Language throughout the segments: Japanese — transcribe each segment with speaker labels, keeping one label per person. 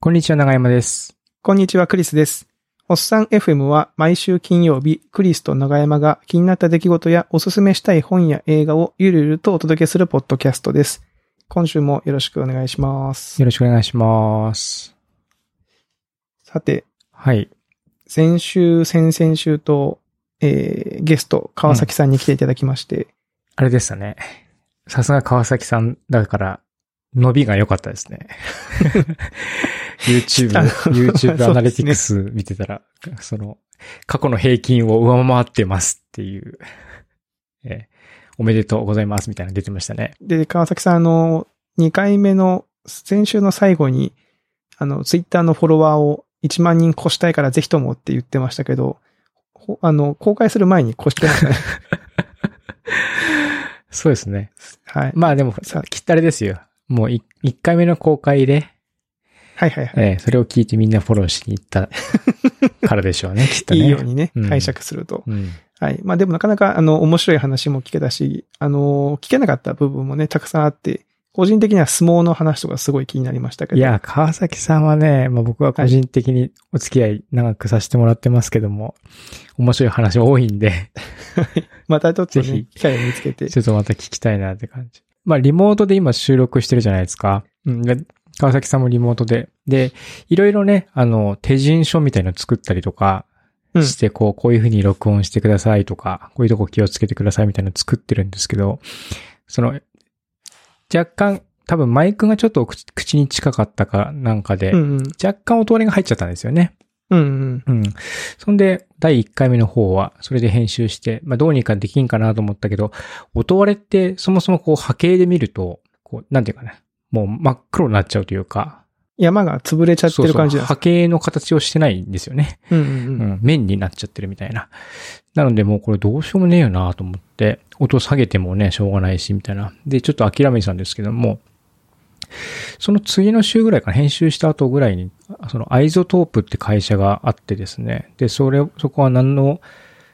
Speaker 1: こんにちは、長山です。
Speaker 2: こんにちは、クリスです。おっさん FM は毎週金曜日、クリスと長山が気になった出来事やおすすめしたい本や映画をゆるゆるとお届けするポッドキャストです。今週もよろしくお願いします。
Speaker 1: よろしくお願いします。
Speaker 2: さて、
Speaker 1: はい。
Speaker 2: 先週、先々週と、えー、ゲスト、川崎さんに来ていただきまして、
Speaker 1: あれでしたね。さすが川崎さんだから、伸びが良かったです ね。YouTube
Speaker 2: あの、
Speaker 1: YouTube アナリティク
Speaker 2: そ
Speaker 1: ス見てたら、その、過去の平均を上回ってますっていう、えーおめでとうございますみたいなの出てましたね。
Speaker 2: で、川崎さん、あの、2回目の、先週の最後に、あの、ツイッターのフォロワーを1万人越したいからぜひともって言ってましたけど、ほあの、公開する前に越してましたね。
Speaker 1: そうですね。
Speaker 2: はい。
Speaker 1: まあでも、
Speaker 2: さ
Speaker 1: きったれですよ。もう1回目の公開で、
Speaker 2: はいはいはい。
Speaker 1: えーそれを聞いてみんなフォローしに行ったからでしょうね、きっとね。
Speaker 2: いいようにね、
Speaker 1: うん
Speaker 2: 解釈すると。
Speaker 1: うん。
Speaker 2: はい。まあでもなかなか、あの、面白い話も聞けたし、あの、聞けなかった部分もね、たくさんあって、個人的には相撲の話とかすごい気になりましたけど。
Speaker 1: いや、川崎さんはね、まあ、僕は個人的にお付き合い長くさせてもらってますけども、面白い話多いん で、
Speaker 2: またちょっと
Speaker 1: ぜ
Speaker 2: ね
Speaker 1: ひ、
Speaker 2: 機会を見つけて。
Speaker 1: ちょっとまた聞きたいなって感じ。まあ、リモートで今収録してるじゃないですか。うん。で川崎さんもリモートで。で、いろいろね、あの、手順書みたいの作ったりとか
Speaker 2: うん
Speaker 1: して、こう、こういうふうに録音してくださいとか、こういうとこ気をつけてくださいみたいなの作ってるんですけど、その、若干、多分マイクがちょっと口口に近かったかなんかで、
Speaker 2: うんうん。
Speaker 1: 若干お通りが入っちゃったんですよね。
Speaker 2: うんうん。
Speaker 1: うん。そんで、第1回目の方は、それで編集して、まあ、どうにかできんかなと思ったけど、音割れって、そもそもこう波形で見ると、こう、なんていうかね、もう真っ黒になっちゃうというか、
Speaker 2: 山が潰れちゃってる感じ
Speaker 1: そうそう
Speaker 2: だ。
Speaker 1: 波形の形をしてないんですよね。
Speaker 2: うんうん
Speaker 1: う
Speaker 2: うん。
Speaker 1: ん、面になっちゃってるみたいな。なのでもうこれどうしようもねえよなと思って、音下げてもね、しょうがないし、みたいな。で、ちょっと諦めてたんですけども、その次の週ぐらいかな、編集した後ぐらいに、あそのアイゾトープって会社があってですね、で、それ、そこは何の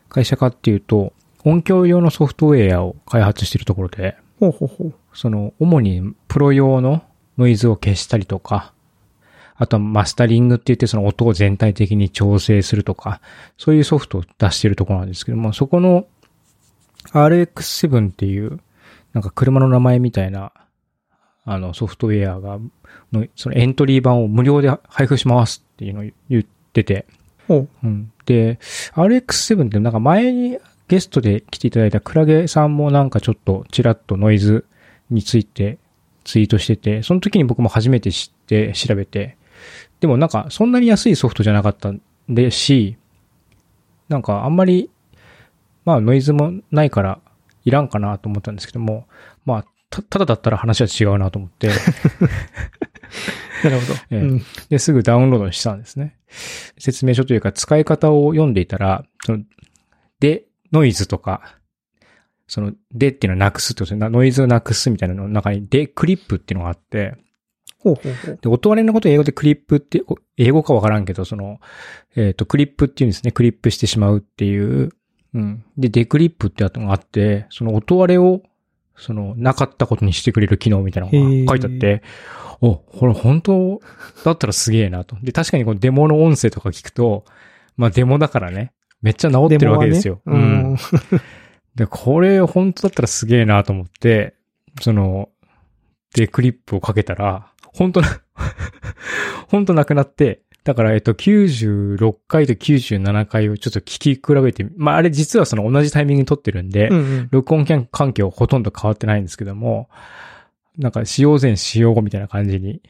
Speaker 1: 会社かっていうと、音響用のソフトウェアを開発してるところで、
Speaker 2: ほうほうほう。
Speaker 1: その、主にプロ用のノイズを消したりとか、あとはマスタリングって言ってその音を全体的に調整するとか、そういうソフトを出してるところなんですけども、そこの RX7 っていう、なんか車の名前みたいな、あのソフトウェアが、のそのエントリー版を無料で配布しますっていうのを言ってて、
Speaker 2: ほう。
Speaker 1: うん。で、RX7 ってなんか前にゲストで来ていただいたクラゲさんもなんかちょっとちらっとノイズについてツイートしてて、その時に僕も初めて知って調べて、でもなんかそんなに安いソフトじゃなかったんでし、なんかあんまり、まあノイズもないからいらんかなと思ったんですけども、まあた、ただだったら話は違うなと思って、
Speaker 2: なるほど。
Speaker 1: ええ
Speaker 2: うん。
Speaker 1: で、すぐダウンロードしたんですね。説明書というか、使い方を読んでいたら、その、で、ノイズとか、その、でっていうのはなくすってことですね。ノイズをなくすみたいなのの中に、で、クリップっていうのがあって、
Speaker 2: ほうほうほう。
Speaker 1: で、音割れのことを英語でクリップって、お英語かわからんけど、その、えっ、と、クリップっていうんですね。クリップしてしまうっていう。うん。で、デクリップってやつがあって、その音割れを、その、なかったことにしてくれる機能みたいなのが書いてあって、お、これ本当だったらすげえなと。で、確かにこのデモの音声とか聞くと、まあデモだからね、めっちゃ治ってるわけですよ。
Speaker 2: デモはね
Speaker 1: う
Speaker 2: うんん。。
Speaker 1: で、これ本当だったらすげえなと思って、その、で、クリップをかけたら、本当な、 本当なくなって、だから、えっと、96回と97回をちょっと聞き比べてみ、まあ、あれ実はその同じタイミングに撮ってるんで、
Speaker 2: うんうん。
Speaker 1: 録音環境ほとんど変わってないんですけども、なんか使用前使用後みたいな感じに。
Speaker 2: い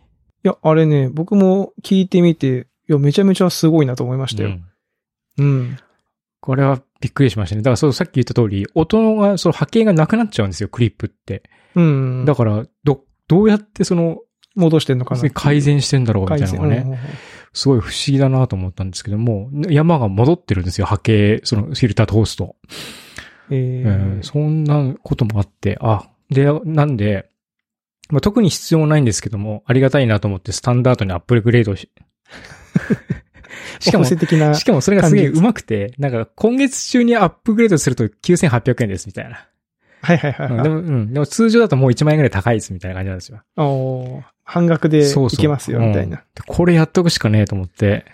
Speaker 2: や、あれね、僕も聞いてみて、いや、めちゃめちゃすごいなと思いました
Speaker 1: う
Speaker 2: よ。
Speaker 1: ん
Speaker 2: うん。
Speaker 1: これはびっくりしましたね。だからそう、さっき言った通り、音が、その波形がなくなっちゃうんですよ、クリップって。
Speaker 2: うん。
Speaker 1: だから、ど、どうやってその、
Speaker 2: 戻してんのかな。
Speaker 1: 改善してんだろうみたいなのが
Speaker 2: 改善
Speaker 1: ね、。すごい不思議だなと思ったんですけども、山が戻ってるんですよ、波形、そのフィルター通すと。
Speaker 2: うんうんうん
Speaker 1: えーそんなこともあって、あ、で、なんで、まあ、特に必要ないんですけども、ありがたいなと思ってスタンダードにアップルグレードし、しかも
Speaker 2: お布施的な。
Speaker 1: しかもそれがすげえうまくて、なんか今月中にアップグレードすると9800円ですみたいな。
Speaker 2: はいはいはい、
Speaker 1: うん
Speaker 2: はい
Speaker 1: でも、うん。でも通常だともう1万円ぐらい高いですみたいな感じなんですよ。
Speaker 2: おー半額で
Speaker 1: そう
Speaker 2: い
Speaker 1: そう
Speaker 2: けますよ、みたいな。
Speaker 1: でこれやっとくしかねえと思 って、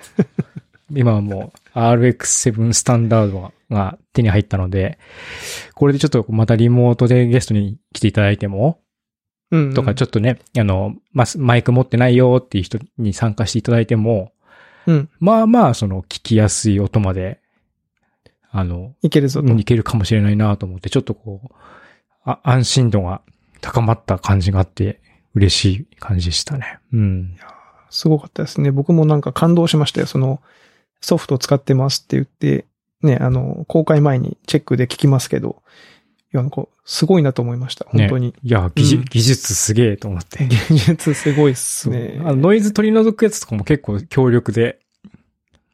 Speaker 1: 今はもう RX7 スタンダードが手に入ったので、これでちょっとまたリモートでゲストに来ていただいても、
Speaker 2: うん、
Speaker 1: とかちょっとね、あの、まあ、マイク持ってないよっていう人に参加していただいても、
Speaker 2: うん
Speaker 1: まあまあ、その聞きやすい音まで、あの、
Speaker 2: いけるぞと。
Speaker 1: うんいけるかもしれないなと思って、ちょっとこう、あ安心度が高まった感じがあって、嬉しい感じでしたね。うん。
Speaker 2: すごかったですね。僕もなんか感動しましたよ。その、ソフトを使ってますって言って、ね、あの、公開前にチェックで聞きますけど、いや、なんか、すごいなと思いました。本当に。
Speaker 1: いや、技術,、
Speaker 2: うん
Speaker 1: 技術すげえと思 って。
Speaker 2: 技術すごいっすね。
Speaker 1: あのノイズ取り除くやつとかも結構強力で、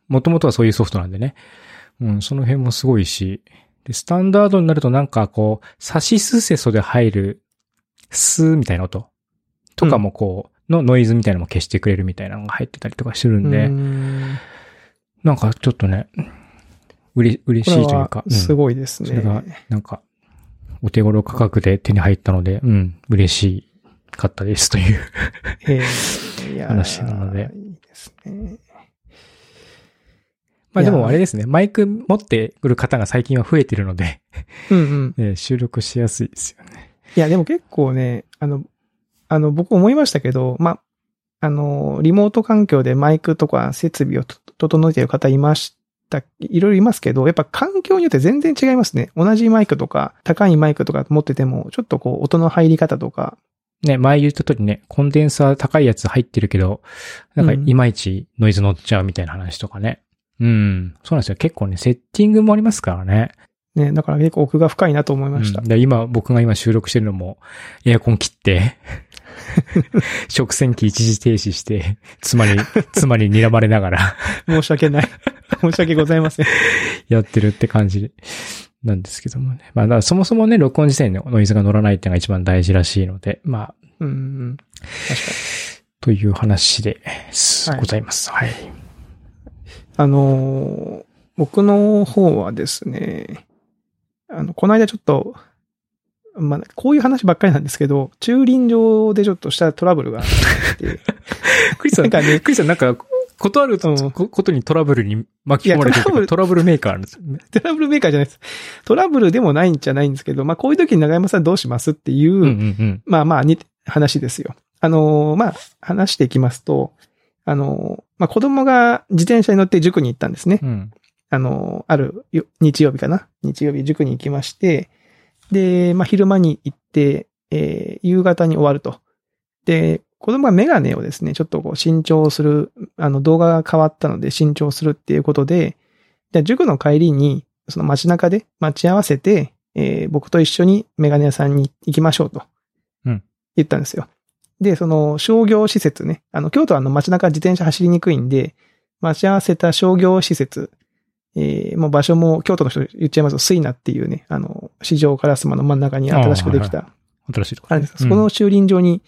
Speaker 1: もともとはそういうソフトなんでね。うん、その辺もすごいし。で、スタンダードになるとなんかこう、サシスセソで入る、スーみたいな音とかもこう、のノイズみたいなのも消してくれるみたいなのが入ってたりとかするんで、
Speaker 2: うん
Speaker 1: なんかちょっとね、うれ、嬉
Speaker 2: こ
Speaker 1: し
Speaker 2: れ
Speaker 1: いというか
Speaker 2: は、、す
Speaker 1: うん
Speaker 2: ごいですね。
Speaker 1: それがなんか、お手頃価格で手に入ったので、うん、嬉しかったですという。
Speaker 2: ええいやー
Speaker 1: 話なので
Speaker 2: いいですね。
Speaker 1: まあ
Speaker 2: い
Speaker 1: で
Speaker 2: や
Speaker 1: もあれですね、マイク持ってくる方が最近は増えてるので、
Speaker 2: うんうん。
Speaker 1: えー収録しやすいですよね。
Speaker 2: いや、でも結構ね、あの、あの、僕思いましたけど、まあ、あの、リモート環境でマイクとか設備をと整えている方いました、いろいろいますけど、やっぱ環境によって全然違いますね。同じマイクとか、高いマイクとか持ってても、ちょっとこう、音の入り方とか、
Speaker 1: ね、前言った通りね、コンデンサー高いやつ入ってるけど、なんか
Speaker 2: うん
Speaker 1: いまいちノイズ乗っちゃうみたいな話とかね。うん。そうなんですよ。結構ね、セッティングもありますからね。
Speaker 2: ね、だから結構奥が深いなと思いました
Speaker 1: うん。で今、僕が今収録してるのも、エアコン切っ て、食洗機一時停止して、つまり、つまり睨まれながら
Speaker 2: 申し訳ない。申し訳ございません。
Speaker 1: やってるって感じなんですけどもね。まあ、だからそもそもね、録音自体のノイズが乗らないっていうのが一番大事らしいので、まあ、
Speaker 2: うんうん。確かに。
Speaker 1: という話です。
Speaker 2: はい
Speaker 1: ございます。はい。
Speaker 2: あのー僕の方はですね、あの、この間ちょっと、まあ、こういう話ばっかりなんですけど、駐輪場でちょっとしたトラブルがあって、
Speaker 1: クリスさ
Speaker 2: なん
Speaker 1: ん、
Speaker 2: かね、
Speaker 1: クリスさんなんか、ことあると
Speaker 2: うん
Speaker 1: こことにトラブルに巻き込まれてるけど
Speaker 2: いや
Speaker 1: トラブルメーカーなんですよね。
Speaker 2: トラブルメーカーじゃないです。トラブルでもないんじゃないんですけど、まあ、こういう時に長山さんどうしますっていう、
Speaker 1: うんうんうん。
Speaker 2: まあまあ、に、話ですよ。あのーまあ、話していきますと、あのーまあ、子供が自転車に乗って塾に行ったんですね。
Speaker 1: うん。
Speaker 2: あの、あるよ日曜日かな日曜日塾に行きまして、で、まあ、昼間に行って、えー夕方に終わると。で、子供がメガネをですね、ちょっとこう、新調する、あの、動画が変わったので新調するっていうことで、じゃあ塾の帰りに、その街中で待ち合わせて、えー僕と一緒にメガネ屋さんに行きましょうと。
Speaker 1: うん
Speaker 2: 言ったんですよ。で、その商業施設ね、あの、京都はあの街中自転車走りにくいんで、待ち合わせた商業施設えーもう場所も、京都の人言っちゃいますと、スイナっていうね、あの、市場烏丸の真ん中に新しくできた、
Speaker 1: 新しいとこ
Speaker 2: あるんですよそこの駐輪場に、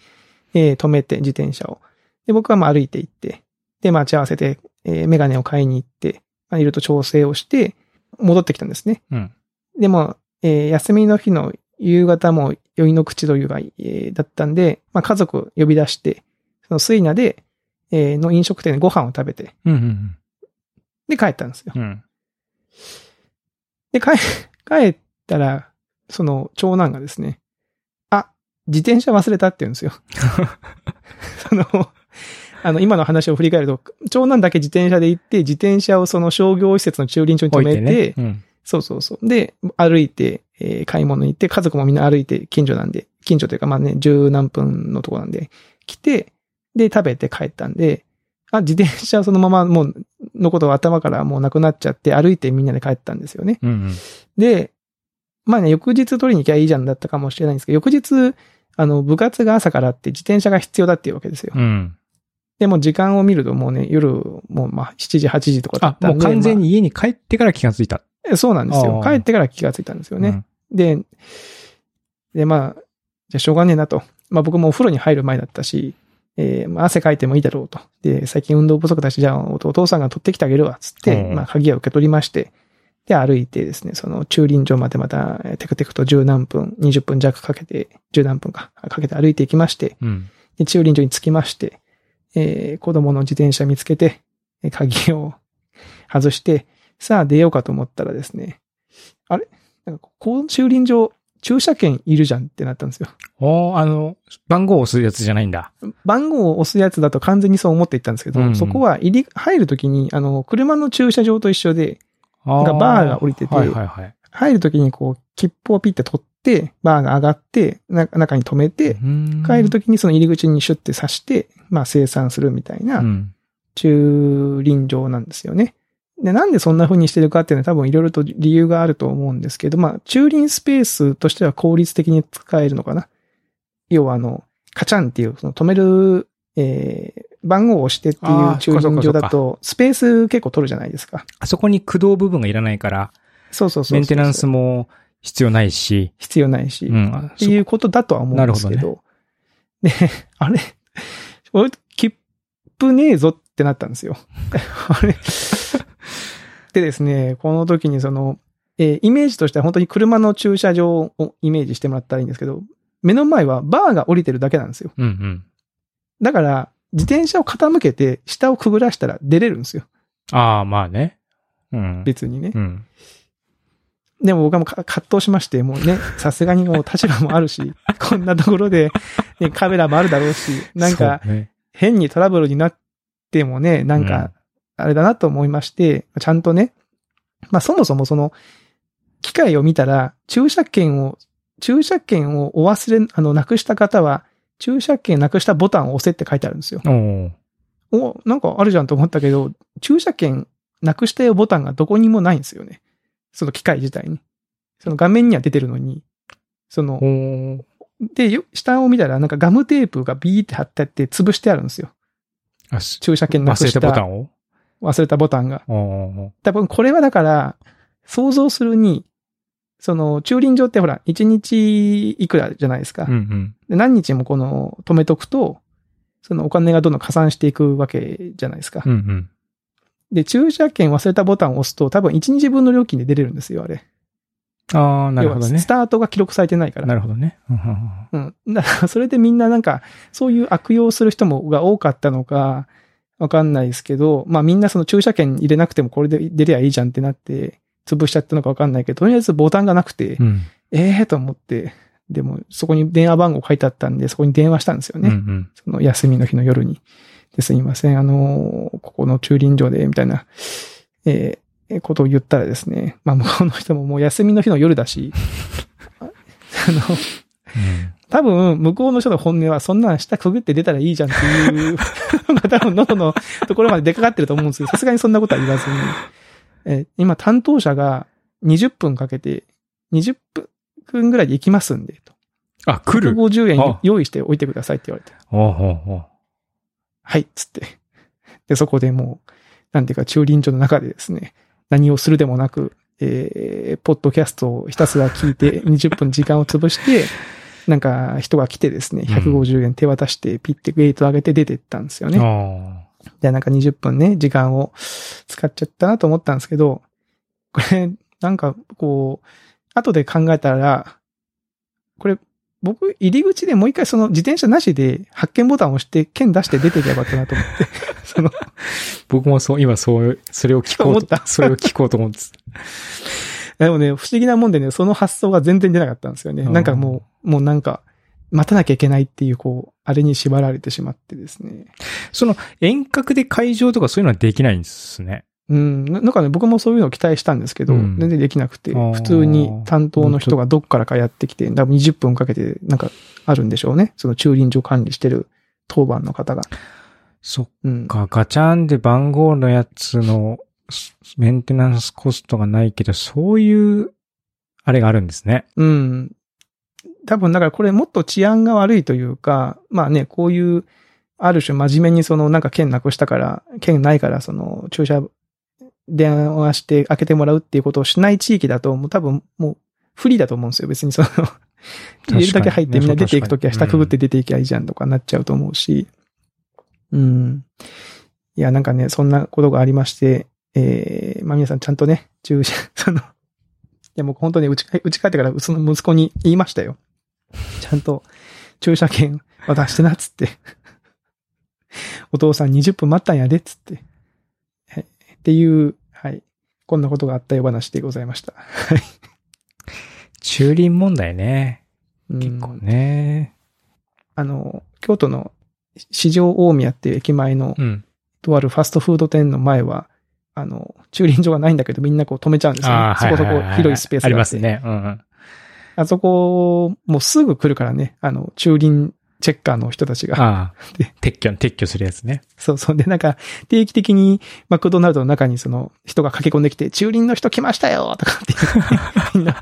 Speaker 2: えー止めて、自転車を。で、僕はまあ歩いて行って、で、待ち合わせて、えーメガネを買いに行って、まあ、いろいろと調整をして、戻ってきたんですね。
Speaker 1: うん。
Speaker 2: でも、えー休みの日の夕方も酔いの口というか、えーだったんで、まあ、家族呼び出して、そのスイナで、えーの飲食店でご飯を食べて、
Speaker 1: うんうん
Speaker 2: で帰ったんですよ。
Speaker 1: うん。うん。
Speaker 2: で、帰、 帰ったら、その、長男がですね、あ、自転車忘れたって言うんですよ。 その、あの、今の話を振り返ると、長男だけ自転車で行って、自転車をその商業施設の駐輪場に止
Speaker 1: 置い
Speaker 2: め
Speaker 1: て
Speaker 2: て、
Speaker 1: ね。うん。
Speaker 2: そうそうそう。で、歩いて、えー買い物に行って、家族もみんな歩いて、近所なんで、近所というか、まあね、十何分のとこなんで、来て、で、食べて帰ったんで、あ、自転車はそのままもう、のことが頭からもうなくなっちゃって、歩いてみんなで帰ったんですよね。
Speaker 1: うんうん。
Speaker 2: で、まあね、翌日取りに行きゃいいじゃんだったかもしれないんですけど、翌日、あの、部活が朝からあって自転車が必要だっていうわけですよ。
Speaker 1: うん。
Speaker 2: で、もう時間を見るともうね、夜、もうまあ7時、8時とかだ
Speaker 1: あ
Speaker 2: っ、た
Speaker 1: もうん
Speaker 2: で。
Speaker 1: 完全に家に帰ってから気がついた。
Speaker 2: まあえそうなんです
Speaker 1: あ
Speaker 2: よ。
Speaker 1: あ
Speaker 2: 帰ってから気がついたんですよ
Speaker 1: う
Speaker 2: ね。
Speaker 1: ん。
Speaker 2: で、で、まあ、じゃあしょうがねえなと。まあ僕もお風呂に入る前だったし、えーまあ汗かいてもいいだろうと。で、最近運動不足だし、じゃあおお父さんが取ってきてあげるわ、つって、
Speaker 1: うん
Speaker 2: まあ鍵を受け取りまして、で、歩いてですね、その駐輪場までまた、えーテクテクと十何分、20分弱かけて、十何分か、かけて歩いていきまして、
Speaker 1: うん。
Speaker 2: で、駐輪場に着きまして、えー子供の自転車見つけて、えー鍵を外して、さあ出ようかと思ったらですね、あれなんか、こう、駐輪場、駐車券いるじゃんってなったんですよ。
Speaker 1: おーあの、番号を押すやつじゃないんだ。
Speaker 2: 番号を押すやつだと完全にそう思っていったんですけど、
Speaker 1: うん
Speaker 2: そこは入り、入るときに、あの、車の駐車場と一緒で、
Speaker 1: あ
Speaker 2: なんかバーが降りてて
Speaker 1: はいはいはい。
Speaker 2: 入るときにこう、切符をピッて取って、バーが上がって、な中に止めて、帰る
Speaker 1: と
Speaker 2: ときにその入り口にシュッて刺して、まあ生産するみたいな、
Speaker 1: うん。
Speaker 2: 駐輪場なんですよね。で、なんでそんな風にしてるかっていうのは多分いろいろと理由があると思うんですけど、まあ、駐輪スペースとしては効率的に使えるのかな。要はあの、カチャンっていう、その止める、えー、番号を押してってい
Speaker 1: あ
Speaker 2: う
Speaker 1: ー
Speaker 2: 駐輪場だと、スペース結構取るじゃないですか。
Speaker 1: あそこに駆動部分がいらないから、
Speaker 2: そうそうそうそう
Speaker 1: メンテナンスも必要ないし、
Speaker 2: 必要ないし、
Speaker 1: う
Speaker 2: っ
Speaker 1: ん。あ
Speaker 2: て
Speaker 1: そ
Speaker 2: いうことだとは思うんですけど。で、あれ俺、切符ねえぞってなったんです よ。あれでですね、この時にその、えーイメージとしては本当に車の駐車場をイメージしてもらったらいいんですけど、目の前はバーが降りてるだけなんですよ。
Speaker 1: うんうん。
Speaker 2: だから、自転車を傾けて、下をくぐらしたら出れるんですよ。
Speaker 1: ああ、まあね。うん。
Speaker 2: 別にね。
Speaker 1: うん。
Speaker 2: でも僕はもうか葛藤しまして、もうね、さすがにもう立場もあるし、こんなところで、ね、カメラもあるだろうし、なんか、
Speaker 1: そうね、
Speaker 2: 変にトラブルになってもね、なん
Speaker 1: う
Speaker 2: か
Speaker 1: ん、
Speaker 2: あれだなと思いまして、ちゃんとね、まあそもそもその、機械を見たら、駐車券を、駐車券をお忘れ、あの、なくした方は、駐車券なくしたボタンを押せって書いてあるんですよ。
Speaker 1: おー
Speaker 2: お、なんかあるじゃんと思ったけど、駐車券なくしたよボタンがどこにもないんですよね。その機械自体に。その画面には出てるのに、その
Speaker 1: お、ー
Speaker 2: で、よ下を見たらなんかガムテープがビーって貼ってあって潰してあるんですよ。
Speaker 1: あす
Speaker 2: 駐車券な
Speaker 1: 忘
Speaker 2: く
Speaker 1: れ
Speaker 2: した
Speaker 1: たボタンを
Speaker 2: 忘れたボタンが。
Speaker 1: おー
Speaker 2: 多分これはだから、想像するに、その駐輪場ってほら、1日いくらじゃないですか。
Speaker 1: うんうん。
Speaker 2: で何日もこの止めとくと、そのお金がどんどん加算していくわけじゃないですか。
Speaker 1: うんうん。
Speaker 2: で、駐車券忘れたボタンを押すと、多分1日分の料金で出れるんですよ、あれ。
Speaker 1: ああ、なるほど
Speaker 2: 要は
Speaker 1: ね
Speaker 2: ス。タートが記録されてないから。
Speaker 1: なるほどね。うんうんうん
Speaker 2: うん。だから、 それでみんななんか、そういう悪用する人も、が多かったのか、わかんないですけど、まあみんなその駐車券入れなくてもこれで出りゃいいじゃんってなって、潰しちゃったのかわかんないけど、とりあえずボタンがなくて、
Speaker 1: うん。
Speaker 2: ええー、と思って、でも、そこに電話番号書いてあったんで、そこに電話したんですよ
Speaker 1: うんう
Speaker 2: ね。
Speaker 1: ん。
Speaker 2: その休みの日の夜に。ですいません、あのーここの駐輪場で、みたいな、えーえーことを言ったらですね、まあ向こうの人ももう休みの日の夜だ し、あ
Speaker 1: う
Speaker 2: の、
Speaker 1: ん
Speaker 2: 多分、向こうの人の本音は、そんなん下くぐって出たらいいじゃんっていうのが、多分喉のところまで出かかってると思うんですけど、さすがにそんなことは言わずに。え、今、担当者が20分かけて、20分ぐらいで行きますんで、と。
Speaker 1: あ、来る
Speaker 2: 150円
Speaker 1: あ
Speaker 2: 用意しておいてくださいって言われて。
Speaker 1: おうおうおう
Speaker 2: はい、つって。で、そこでもう、なんていうか、駐輪場の中でですね、何をするでもなく、えー、ポッドキャストをひたすら聞 いて、20分時間を潰して、なんか、人が来てですね、
Speaker 1: うん
Speaker 2: 150円手渡して、ピッてゲート上げて出てったんですよね。
Speaker 1: あ
Speaker 2: で、なんか20分ね、時間を使っちゃったなと思ったんですけど、これ、なんかこう、後で考えたら、これ、僕、入り口でもう一回その自転車なしで発見ボタンを押して、券出して出ていけばよかったなと思って。その、
Speaker 1: ー僕もそう、今そう、それを聞こう
Speaker 2: 思っ
Speaker 1: と。
Speaker 2: た
Speaker 1: それを聞こうと思って
Speaker 2: でもね、不思議なもんでね、その発想が全然出なかったんですよね。
Speaker 1: うん
Speaker 2: なんかもう、もうなんか、待たなきゃいけないっていう、こう、あれに縛られてしまってですね。
Speaker 1: た。その、遠隔で会場とかそういうのはできないんですね。
Speaker 2: うん、ななんかね、僕もそういうのを期待したんですけど、
Speaker 1: うん
Speaker 2: 全然できなくて、
Speaker 1: あー
Speaker 2: 普通に担当の人がどっからかやってきて、多分20分かけて、なんかあるんでしょうね。その駐輪場管理してる当番の方が。
Speaker 1: そっ
Speaker 2: うん。
Speaker 1: か、ガチャンで番号のやつの、すメンテナンスコストがないけど、そういう、あれがあるんですね。
Speaker 2: うん。多分だからこれもっと治安が悪いというか、まあね、こういう、ある種真面目にそのなんか券なくしたから、券ないからその駐車、電話して開けてもらうっていうことをしない地域だと、もう多分もう不利だと思うんですよ。別にその、入れるだけ入ってみんな出ていくときは下くぐって出ていきゃいいじゃんとかなっちゃうと思うし。うん。いや、なんかね、そんなことがありまして、えー、まあ皆さんちゃんとね、注射、その、いやもう本当にうち、うち帰ってからうちの息子に言いました よ。ちゃんと注射券渡してな、っつって。お父さん20分待ったんやで、っつって。はい。っていう、はい。こんなことがあったよ話でございました。はい。
Speaker 1: 駐輪問題ね。
Speaker 2: うん
Speaker 1: 結構ね。
Speaker 2: あの、京都の市場大宮っていう駅前の
Speaker 1: うん。
Speaker 2: とあるファストフード店の前は、あの、駐輪場がないんだけどみんなこう止めちゃうんですよ、ね
Speaker 1: あ。あ、
Speaker 2: そこそこ
Speaker 1: はいはいはいはい
Speaker 2: 広いスペースがあって。
Speaker 1: ありますね。うんうん。
Speaker 2: あそこ、もうすぐ来るからね、あの、駐輪チェッカーの人たちが。
Speaker 1: ああ。撤去、撤去するやつね。
Speaker 2: そうそう。で、なんか、定期的にマクドナルドの中にその人が駆け込んできて、駐輪の人来ましたよとかって言って、みんな、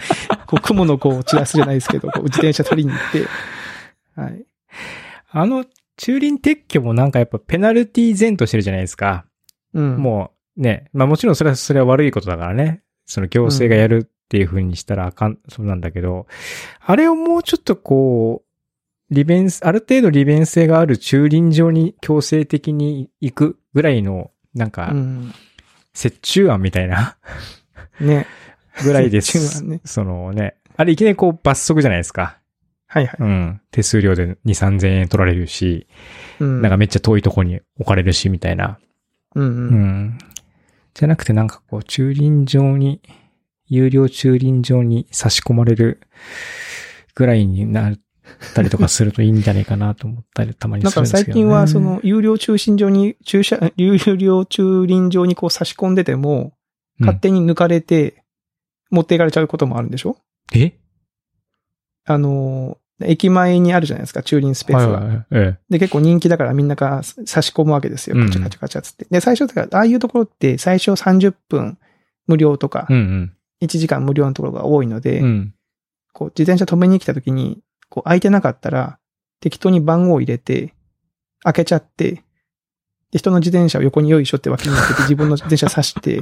Speaker 2: こう、雲のこう、散らすじゃないですけど、こう自転車取りに行って、はい。
Speaker 1: あの、駐輪撤去もなんかやっぱペナルティ前としてるじゃないですか。
Speaker 2: うん。
Speaker 1: もうね、まあもちろんそれは、それは悪いことだからね。その行政がやるっていう風にしたらあかん、そうなんだけど、あれをもうちょっとこう、利便、ある程度利便性がある駐輪場に強制的に行くぐらいの、なんか
Speaker 2: う、ん。
Speaker 1: 折衷案みたいな
Speaker 2: ね。
Speaker 1: ぐらいで
Speaker 2: 折衷
Speaker 1: す。
Speaker 2: 案ね
Speaker 1: そのね、あれいきなりこう罰則じゃないですか。
Speaker 2: はいはい。
Speaker 1: うん。手数料で2、3000円取られるし、
Speaker 2: うん。
Speaker 1: なんかめっちゃ遠いとこに置かれるし、みたいな。
Speaker 2: うん
Speaker 1: う
Speaker 2: うん。
Speaker 1: ん。じゃなくてなんかこう、駐輪場に、有料駐輪場に差し込まれるぐらいになったりとかするといいんじゃないかなと思ったりたまに
Speaker 2: なん
Speaker 1: するん
Speaker 2: か
Speaker 1: です
Speaker 2: 最
Speaker 1: けど、ね。
Speaker 2: 近は、そ、の、有料駐車場に、駐車、有料駐輪場にこう差し込んでても、勝手に抜かれて、持っていかれちゃうこともあるんでしょ
Speaker 1: うん、え
Speaker 2: あの、駅前にあるじゃないですか、駐輪スペースが。
Speaker 1: はいはいはいえ
Speaker 2: で、結構人気だからみんなが差し込むわけですよ。
Speaker 1: うん
Speaker 2: カチャカチャカチャつって。で、最初だから、ああいうところって最初30分無料とか
Speaker 1: え、うん
Speaker 2: 1時間無料のところが多いので、
Speaker 1: うん。うん。
Speaker 2: こう、自転車止めに来た時に、こう、空いてなかったら、適当に番号を入れて、開けちゃって、で、人の自転車を横によいしょって脇に開け て、自分の自転車刺して、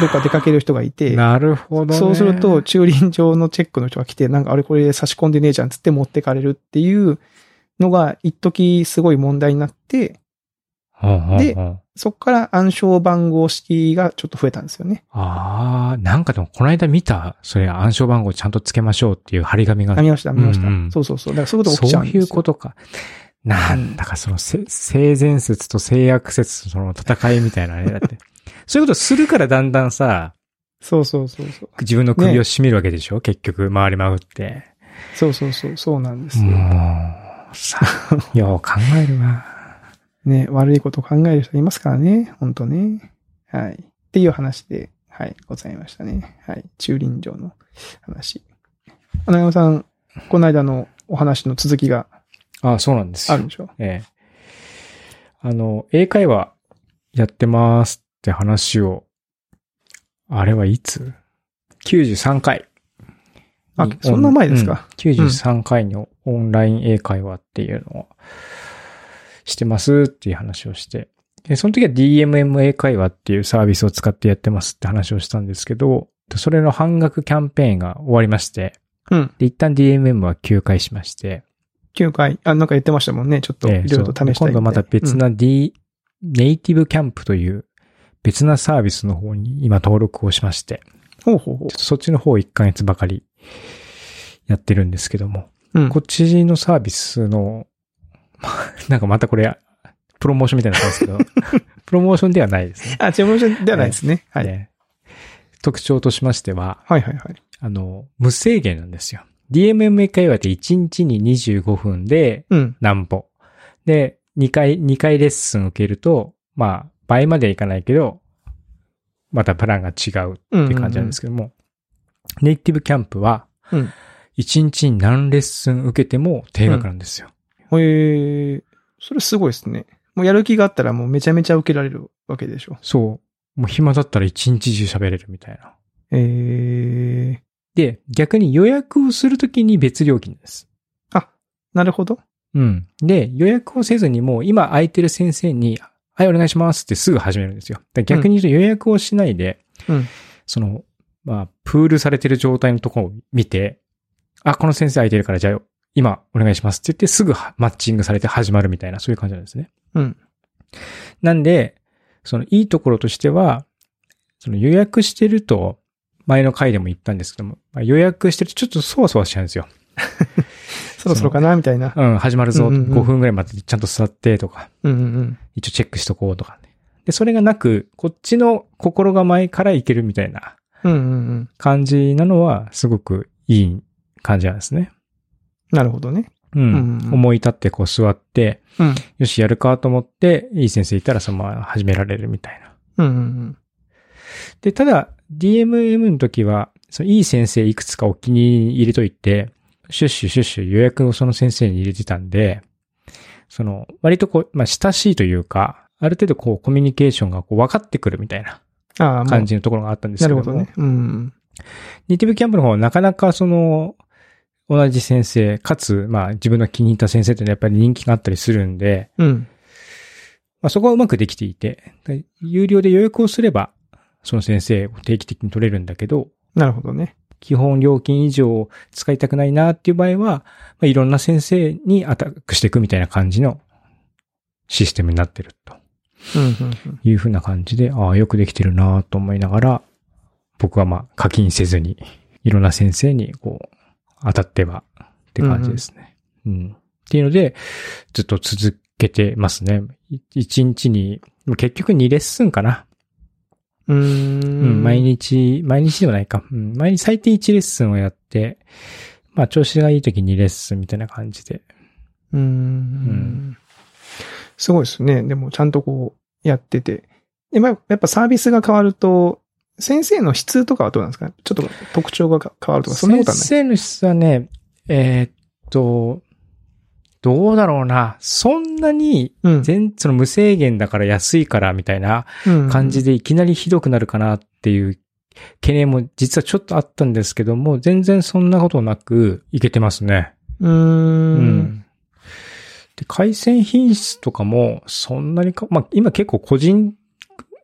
Speaker 2: どっか出かける人がいて、
Speaker 1: なるほど、ね。
Speaker 2: そうすると、、駐輪場のチェックの人が来て、なんかあれこれ差し込んでねえじゃんっつって持ってかれるっていうのが、一時すごい問題になって、で
Speaker 1: で、
Speaker 2: そこから暗証番号式がちょっと増えたんですよね。
Speaker 1: ああ、なんかでもこの間見た、それ暗証番号ちゃんとつけましょうっていう張り紙が
Speaker 2: あ見ました、見ました。
Speaker 1: うんうん
Speaker 2: そうそうそう。だからそういうこと起きちゃ
Speaker 1: そううんい
Speaker 2: で
Speaker 1: う
Speaker 2: すよ
Speaker 1: こ。とか。なんだかそのせ、性善説と性悪説とその戦いみたいなね、だ って。そういうことするからだんだんさ、
Speaker 2: そうそうそうそう。
Speaker 1: 自分の首を絞めるわけでしょ、結局、回り回って。
Speaker 2: そうそうそう、そうなんですよ。
Speaker 1: もう、さ、よう考えるわ。
Speaker 2: ね、悪いことを考える人いますからね、本当ね。はい。っていう話で、はい、ございましたね。はい。駐輪場の話。穴山さん、この間のお話の続きが
Speaker 1: あそうなんです
Speaker 2: あ
Speaker 1: よ
Speaker 2: る。んでしょ
Speaker 1: ええ。あの、英会話やってますって話を、あれはいつ ?93 回。
Speaker 2: あ
Speaker 1: に
Speaker 2: そんな前ですか
Speaker 1: うん93回にオンライン英会話っていうのをしてますっていう話をして。でその時は DMM 英会話っていうサービスを使ってやってますって話をしたんですけど、それの半額キャンペーンが終わりまして、
Speaker 2: うん。
Speaker 1: で、一旦 DMM は休会しまして、
Speaker 2: 9回、あ、なんか言ってましたもんね。ちょっと、いろ
Speaker 1: ええ
Speaker 2: いろと試した
Speaker 1: そう今
Speaker 2: い
Speaker 1: 度また別な D、ネイティブキャンプという別なサービスの方に今登録をしまして、
Speaker 2: 方法を
Speaker 1: ちょっとそっちの方を1ヶ月ばかりやってるんですけども、
Speaker 2: うん
Speaker 1: こっちのサービスの、ま あなんかまたこれ、プロモーションみたいにな感じ ですけど、プロモーションではないですね。
Speaker 2: あ、注文書ではないですね。はい。
Speaker 1: ね特徴としましては、
Speaker 2: はいはいはい。
Speaker 1: あの、無制限なんですよ。DMM 会話って1日に25分で、
Speaker 2: うん。
Speaker 1: 何歩。で、2回、2回レッスン受けると、まあ、倍まではいかないけど、またプランが違うっ
Speaker 2: うん。
Speaker 1: ていう感じなんですけども、ネイティブキャンプは、
Speaker 2: うん
Speaker 1: 1日に何レッスン受けても定額なんですよ。
Speaker 2: うんへえ、それすごいですね。もうやる気があったらもうめちゃめちゃ受けられるわけでしょ。
Speaker 1: そう。もう暇だったら1日中喋れるみたいな。
Speaker 2: ええ、
Speaker 1: で、逆に予約をするときに別料金です。
Speaker 2: なるほど。
Speaker 1: うん。で、予約をせずにもう今空いてる先生に、はい、お願いしますってすぐ始めるんですよ。だから逆に言うと予約をしないで、
Speaker 2: うん
Speaker 1: その、まあ、プールされてる状態のところを見て、あ、この先生空いてるから、じゃあ今お願いしますって言ってすぐはマッチングされて始まるみたいな、そういう感じなんですね。
Speaker 2: うん。
Speaker 1: なんで、そのいいところとしては、その予約してると、前の回でも言ったんですけども、まあ予約してるとちょっとそわそわしちゃうんですよ。
Speaker 2: そろそろかなみたいな。
Speaker 1: うん、始まるぞ。
Speaker 2: うんうんうん
Speaker 1: 5分ぐらいまでちゃんと座ってとか、
Speaker 2: うんうんうん。
Speaker 1: 一応チェックしとこうとかね。で、それがなく、こっちの心構えからいけるみたいな
Speaker 2: うんうんうん。
Speaker 1: 感じなのは、すごくいい感じなんですね。
Speaker 2: なるほどね。
Speaker 1: うん。
Speaker 2: うんうん
Speaker 1: 思い立ってこう座って、
Speaker 2: うん。
Speaker 1: よし、やるかと思って、いい先生いたらそのまま始められるみたいな。
Speaker 2: うんうん
Speaker 1: で、ただ、DMM の時は、そのいい先生いくつかお気に入りに入れといて、シュッシュシュッシュ予約をその先生に入れてたんで、その、割とこう、まあ、親しいというか、ある程度こう、コミュニケーションがこう、分かってくるみたいな
Speaker 2: うん。ああ、もう
Speaker 1: 感じのところがあったんです
Speaker 2: な
Speaker 1: け
Speaker 2: る
Speaker 1: ど
Speaker 2: ほ
Speaker 1: も、
Speaker 2: どね。うん。
Speaker 1: ネイティブキャンプの方はなかなかその、同じ先生、かつ、まあ、自分の気に入った先生っていうのはやっぱり人気があったりするんで、
Speaker 2: うん。
Speaker 1: まあ、そこはうまくできていて、で有料で予約をすれば、その先生を定期的に取れるんだけど、
Speaker 2: なるほどね。
Speaker 1: 基本料金以上使いたくないなっていう場合は、まあ、いろんな先生にアタックしていくみたいな感じのシステムになってると
Speaker 2: うんうんうん。
Speaker 1: いうふうな感じで、ああ、よくできてるなと思いながら、僕はまあ課金せずに、いろんな先生にこう、当たってはって感じですね。うん、っていうので、ずっと続けてますね。い一日に、もう結局2レッスンかな。
Speaker 2: う
Speaker 1: うんん、毎。日、毎日ではないか。うん、毎日最低1レッスンをやって、まあ調子がいい時にレッスンみたいな感じで。
Speaker 2: うんうん。すごいですね。でも、ちゃんとこう、やってて。で、まあ、やっぱサービスが変わると、先生の質とかはどうなんですかちょっと特徴がか変わるとか、そんなことは
Speaker 1: 先生の質はね、えーっと、どうだろうな。そんなに、
Speaker 2: ない。うん
Speaker 1: 全、その無制限だから安いからみたいな
Speaker 2: うん
Speaker 1: 感じでいきなりひどくなるかなっていう懸念も実はちょっとあったんですけども、全然そんなことなくいけてますね。
Speaker 2: うーん。
Speaker 1: で、回線品質とかも、そんなにか、まあ、今結構個人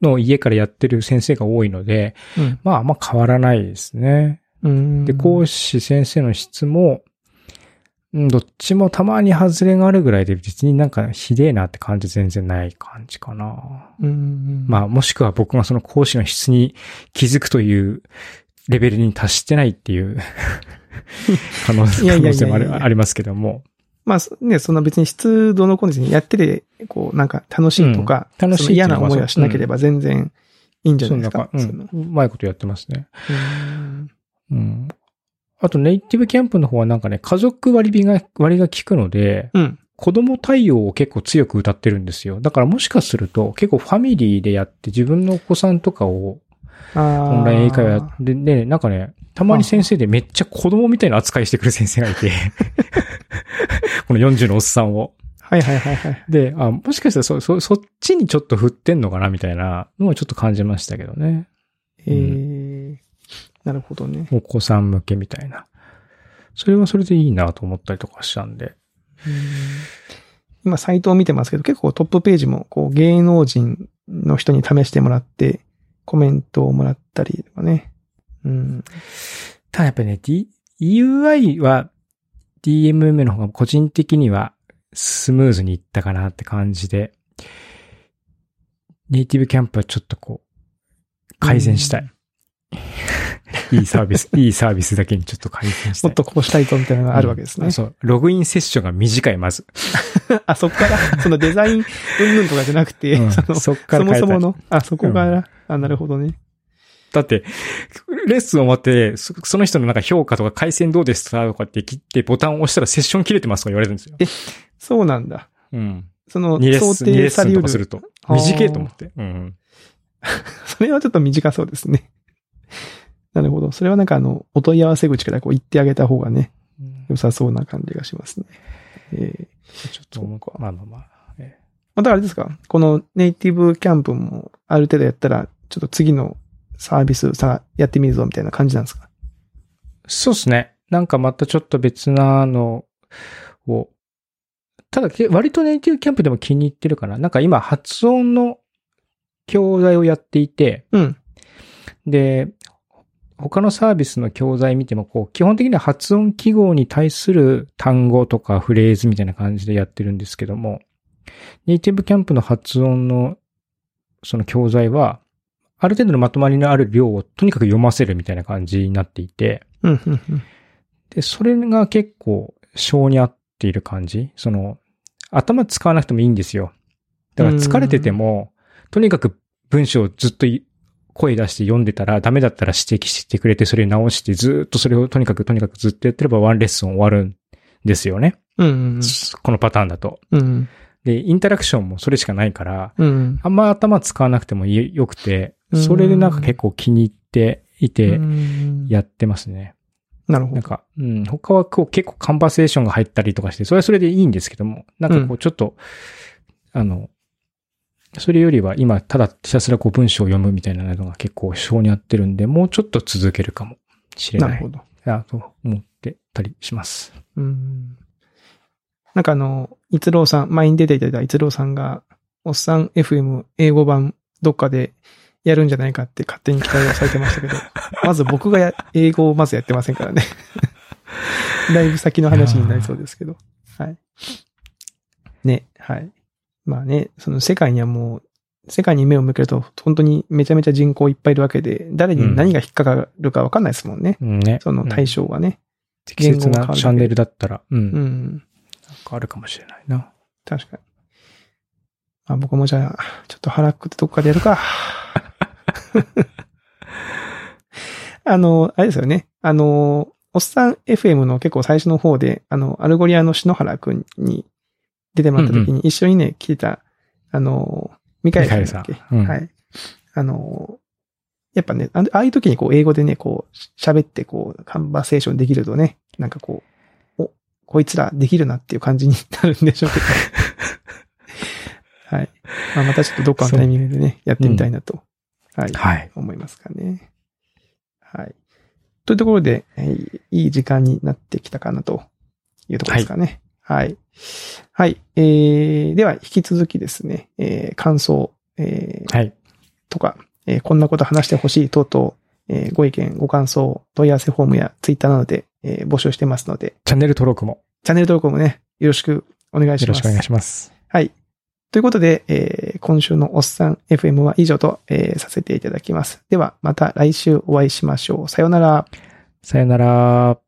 Speaker 1: の家からやってる先生が多いので、
Speaker 2: うん
Speaker 1: まあ、あんま変わらないですね。
Speaker 2: うん。
Speaker 1: で、講師先生の質も、うんどっちもたまに外れがあるぐらいで、別になんかひでえなって感じ全然ない感じかな。
Speaker 2: うん。
Speaker 1: まあ、もしくは僕がその講師の質に気づくというレベルに達してないっていう 可能
Speaker 2: いやいやいやいや
Speaker 1: 性もありありますけども。
Speaker 2: まあ、ね、そんな別に湿度のコンですね、やってて、こう、なんか楽しいとか、
Speaker 1: うん楽しい
Speaker 2: その嫌な
Speaker 1: っていうのは
Speaker 2: 思いはしなければ全然いいんじゃないですか。
Speaker 1: そう
Speaker 2: そ
Speaker 1: なん
Speaker 2: の
Speaker 1: か、うん、うまいことやってますね。
Speaker 2: うん
Speaker 1: うん。あと、ネイティブキャンプの方はなんかね、家族割引が、割が効くので、
Speaker 2: うん。
Speaker 1: 子供対応を結構強く歌ってるんですよ。だからもしかすると、結構ファミリーでやって自分のお子さんとかを
Speaker 2: あー
Speaker 1: オンライン英会話やって、で、なんかね、たまに先生でめっちゃ子供みたいな扱いしてくる先生がい て、この40のおっさんを。
Speaker 2: はいはいはいはい。
Speaker 1: で、あ、もしかしたらそ、そ、そっちにちょっと振ってんのかなみたいなのはちょっと感じましたけどね。
Speaker 2: えー、なるほどね。
Speaker 1: お子さん向けみたいな。それはそれでいいなと思ったりとかしたんで。
Speaker 2: 今、サイトを見てますけど、結構トップページも、こう、芸能人の人に試してもらって、コメントをもらったりとかね。うん。
Speaker 1: ただやっぱりね、D、UI は DMM の方が個人的にはスムーズにいったかなって感じで、ネイティブキャンプはちょっとこう、改善したい。 いいサービス、いいサービスだけにちょっと改善したい。
Speaker 2: もっとこうしたいとみたいなのがあるわけですね。
Speaker 1: うんそう。ログインセッションが短い、まず。
Speaker 2: あ、そっから、そのデザイン、うんぬんとかじゃなくて、
Speaker 1: うん
Speaker 2: その、
Speaker 1: そっか
Speaker 2: そ
Speaker 1: ら
Speaker 2: も
Speaker 1: 変えたい
Speaker 2: そもの、あ、そこから、あ、なるほどね。
Speaker 1: だって、レッスン終わって、そその人のなんか評価とか回線どうですかとかって切ってボタンを押したらセッション切れてますとか言われるんですよ。
Speaker 2: そうなんだ。
Speaker 1: うん。
Speaker 2: その、
Speaker 1: 2レッ
Speaker 2: 想
Speaker 1: スン、2レ
Speaker 2: 定
Speaker 1: ッ
Speaker 2: さ
Speaker 1: ス
Speaker 2: れ
Speaker 1: ンと
Speaker 2: うる。
Speaker 1: かすると。
Speaker 2: あー
Speaker 1: 短いと思って。うん。
Speaker 2: それはちょっと短そうですね。なるほど。それはなんかあの、お問い合わせ口からこう言ってあげた方がね、良さそうな感じがしますね。えー
Speaker 1: ちょっと思う
Speaker 2: そっか
Speaker 1: まあまあまあ。え
Speaker 2: またあれですかこのネイティブキャンプもある程度やったら、ちょっと次のサービスさ、やってみるぞみたいな感じなんですか
Speaker 1: えそうですね。なんかまたちょっと別なのを、ただけ割とネイティブキャンプでも気に入ってるかな。なんか今発音の教材をやっていて、
Speaker 2: うん。
Speaker 1: で、他のサービスの教材見ても、こう、基本的には発音記号に対する単語とかフレーズみたいな感じでやってるんですけども、ネイティブキャンプの発音の、その教材は、ある程度のまとまりのある量をとにかく読ませるみたいな感じになっていて、
Speaker 2: うん、うん、うん。
Speaker 1: で、それが結構、性に合っている感じその、頭使わなくてもいいんですよ。だから疲れてても、とにかく文章をずっとい声出して読んでたら、ダメだったら指摘してくれて、それ直して、ずーっとそれをとにかくとにかくずっとやってればワンレッスン終わるんですよね。
Speaker 2: うん、
Speaker 1: このパターンだと。
Speaker 2: うん。うん、
Speaker 1: で、インタラクションもそれしかないから、
Speaker 2: うん。
Speaker 1: あんま頭使わなくてもよくて、それでなんか結構気に入っていて、やってますね。
Speaker 2: なるほ
Speaker 1: な
Speaker 2: ど
Speaker 1: ん。か、うん、他はこう結構カンバセーションが入ったりとかして、それはそれでいいんですけども、なんかこ
Speaker 2: う
Speaker 1: うちょっと、あの、それよりは今、ただひたすらこう文章を読むみたいなのが結構性に合ってるんで、もうちょっと続けるかもしれ
Speaker 2: な
Speaker 1: な
Speaker 2: る
Speaker 1: い
Speaker 2: ほど。
Speaker 1: なと思ってたりします。
Speaker 2: うん。なんかあの、逸郎さん、前に出ていただいた逸郎さんが、おっさん FM 英語版どっかでやるんじゃないかって勝手に期待をされて ましたけど、まず僕がや英語をまずやってませんからね。だいぶ先の話になりそうですけど。はい。ね、はい。まあね、その世界にはもう、世界に目を向けると、本当にめちゃめちゃ人口いっぱいいるわけで、誰に何が引っかかるかわかんないですもんね。
Speaker 1: うんね。
Speaker 2: その対象がね。
Speaker 1: 適切なチャンネルだったら、うん、
Speaker 2: う
Speaker 1: なん
Speaker 2: ん
Speaker 1: かあるかもしれないな。
Speaker 2: 確かに。まあ僕もじゃあ、ちょっと腹くってどっかでやるか。 あの、あれですよね。あの、おっさん FM の結構最初の方で、あの、アルゴリアの篠原くんに出てもらった時
Speaker 1: うん
Speaker 2: に一緒にね、来てた、あの、ミカエルさんだっけ
Speaker 1: ミカエルさんうん
Speaker 2: はい。あの、やっぱね、あああいう時にこう、英語でね、こう、喋ってこう、カンバセーションできるとね、なんかこう、お、こいつらできるなっていう感じになるんでしょう けど。はい。まあ、またちょっとどっかのタイミングでね、やってみたいなと、はい、
Speaker 1: はい。
Speaker 2: 思いますかね。はい。というところで、えーいい時間になってきたかなというところですかね。はい。はい。えー、では、引き続きですね、えー、感想、えー、
Speaker 1: はい。
Speaker 2: とか、えーこんなこと話してほしい等々、えーご意見、ご感想、問い合わせフォームやツイッターなどで、えー募集してますので、
Speaker 1: チャンネル登録も
Speaker 2: チャンネル登録もね、よろしくお願い
Speaker 1: よ
Speaker 2: し
Speaker 1: ろ
Speaker 2: ま
Speaker 1: し
Speaker 2: す。
Speaker 1: くお願いします。
Speaker 2: はい。ということで、えー今週のおっさん FM は以上と、えーさせていただきます。では、また来週お会いしましょう。さようなら。
Speaker 1: さよなら。